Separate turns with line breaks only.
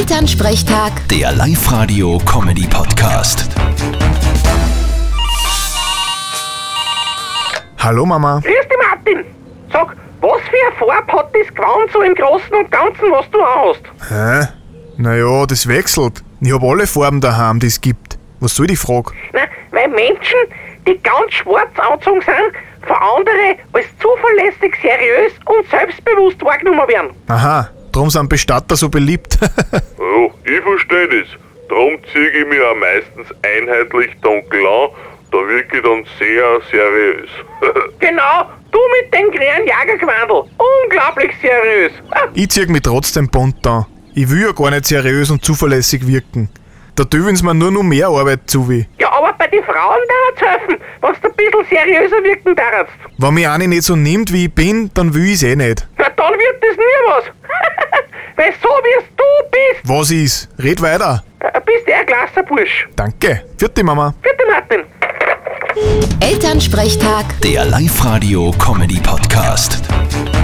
Elternsprechtag,
Der Live-Radio-Comedy-Podcast.
Hallo Mama.
Grüß dich, Martin. Sag, was für eine Farbe hat das Gewand so im Großen und Ganzen, was du anhast?
Hä? Naja, das wechselt. Ich hab alle Farben daheim, die es gibt. Was soll die Frage?
Na, weil Menschen, die ganz schwarz angezogen sind, von anderen als zuverlässig, seriös und selbstbewusst wahrgenommen werden.
Aha, drum sind Bestatter so beliebt.
Ja, Oh, ich verstehe das. Darum ziehe ich mich auch meistens einheitlich dunkel an, da wirke ich dann sehr seriös.
Genau, du mit dem grünen Jägergewandel. Unglaublich seriös. Ah,
ich zieh mich trotzdem bunt an. Ich will ja gar nicht seriös und zuverlässig wirken. Da dürfen's mir nur noch mehr Arbeit zu wie.
ja, aber bei den Frauen darfst helfen, wenn du ein bisschen seriöser wirken darfst.
Wenn mich eine nicht so nimmt, wie ich bin, dann will ich's eh nicht.
Na, dann wird das nie was. weil so wie du bist,
Was ist? Red weiter.
äh, bist du ein klasse Bursch.
Danke. Vierte Mama.
Bitte, Martin.
Elternsprechtag.
Der Live-Radio-Comedy-Podcast.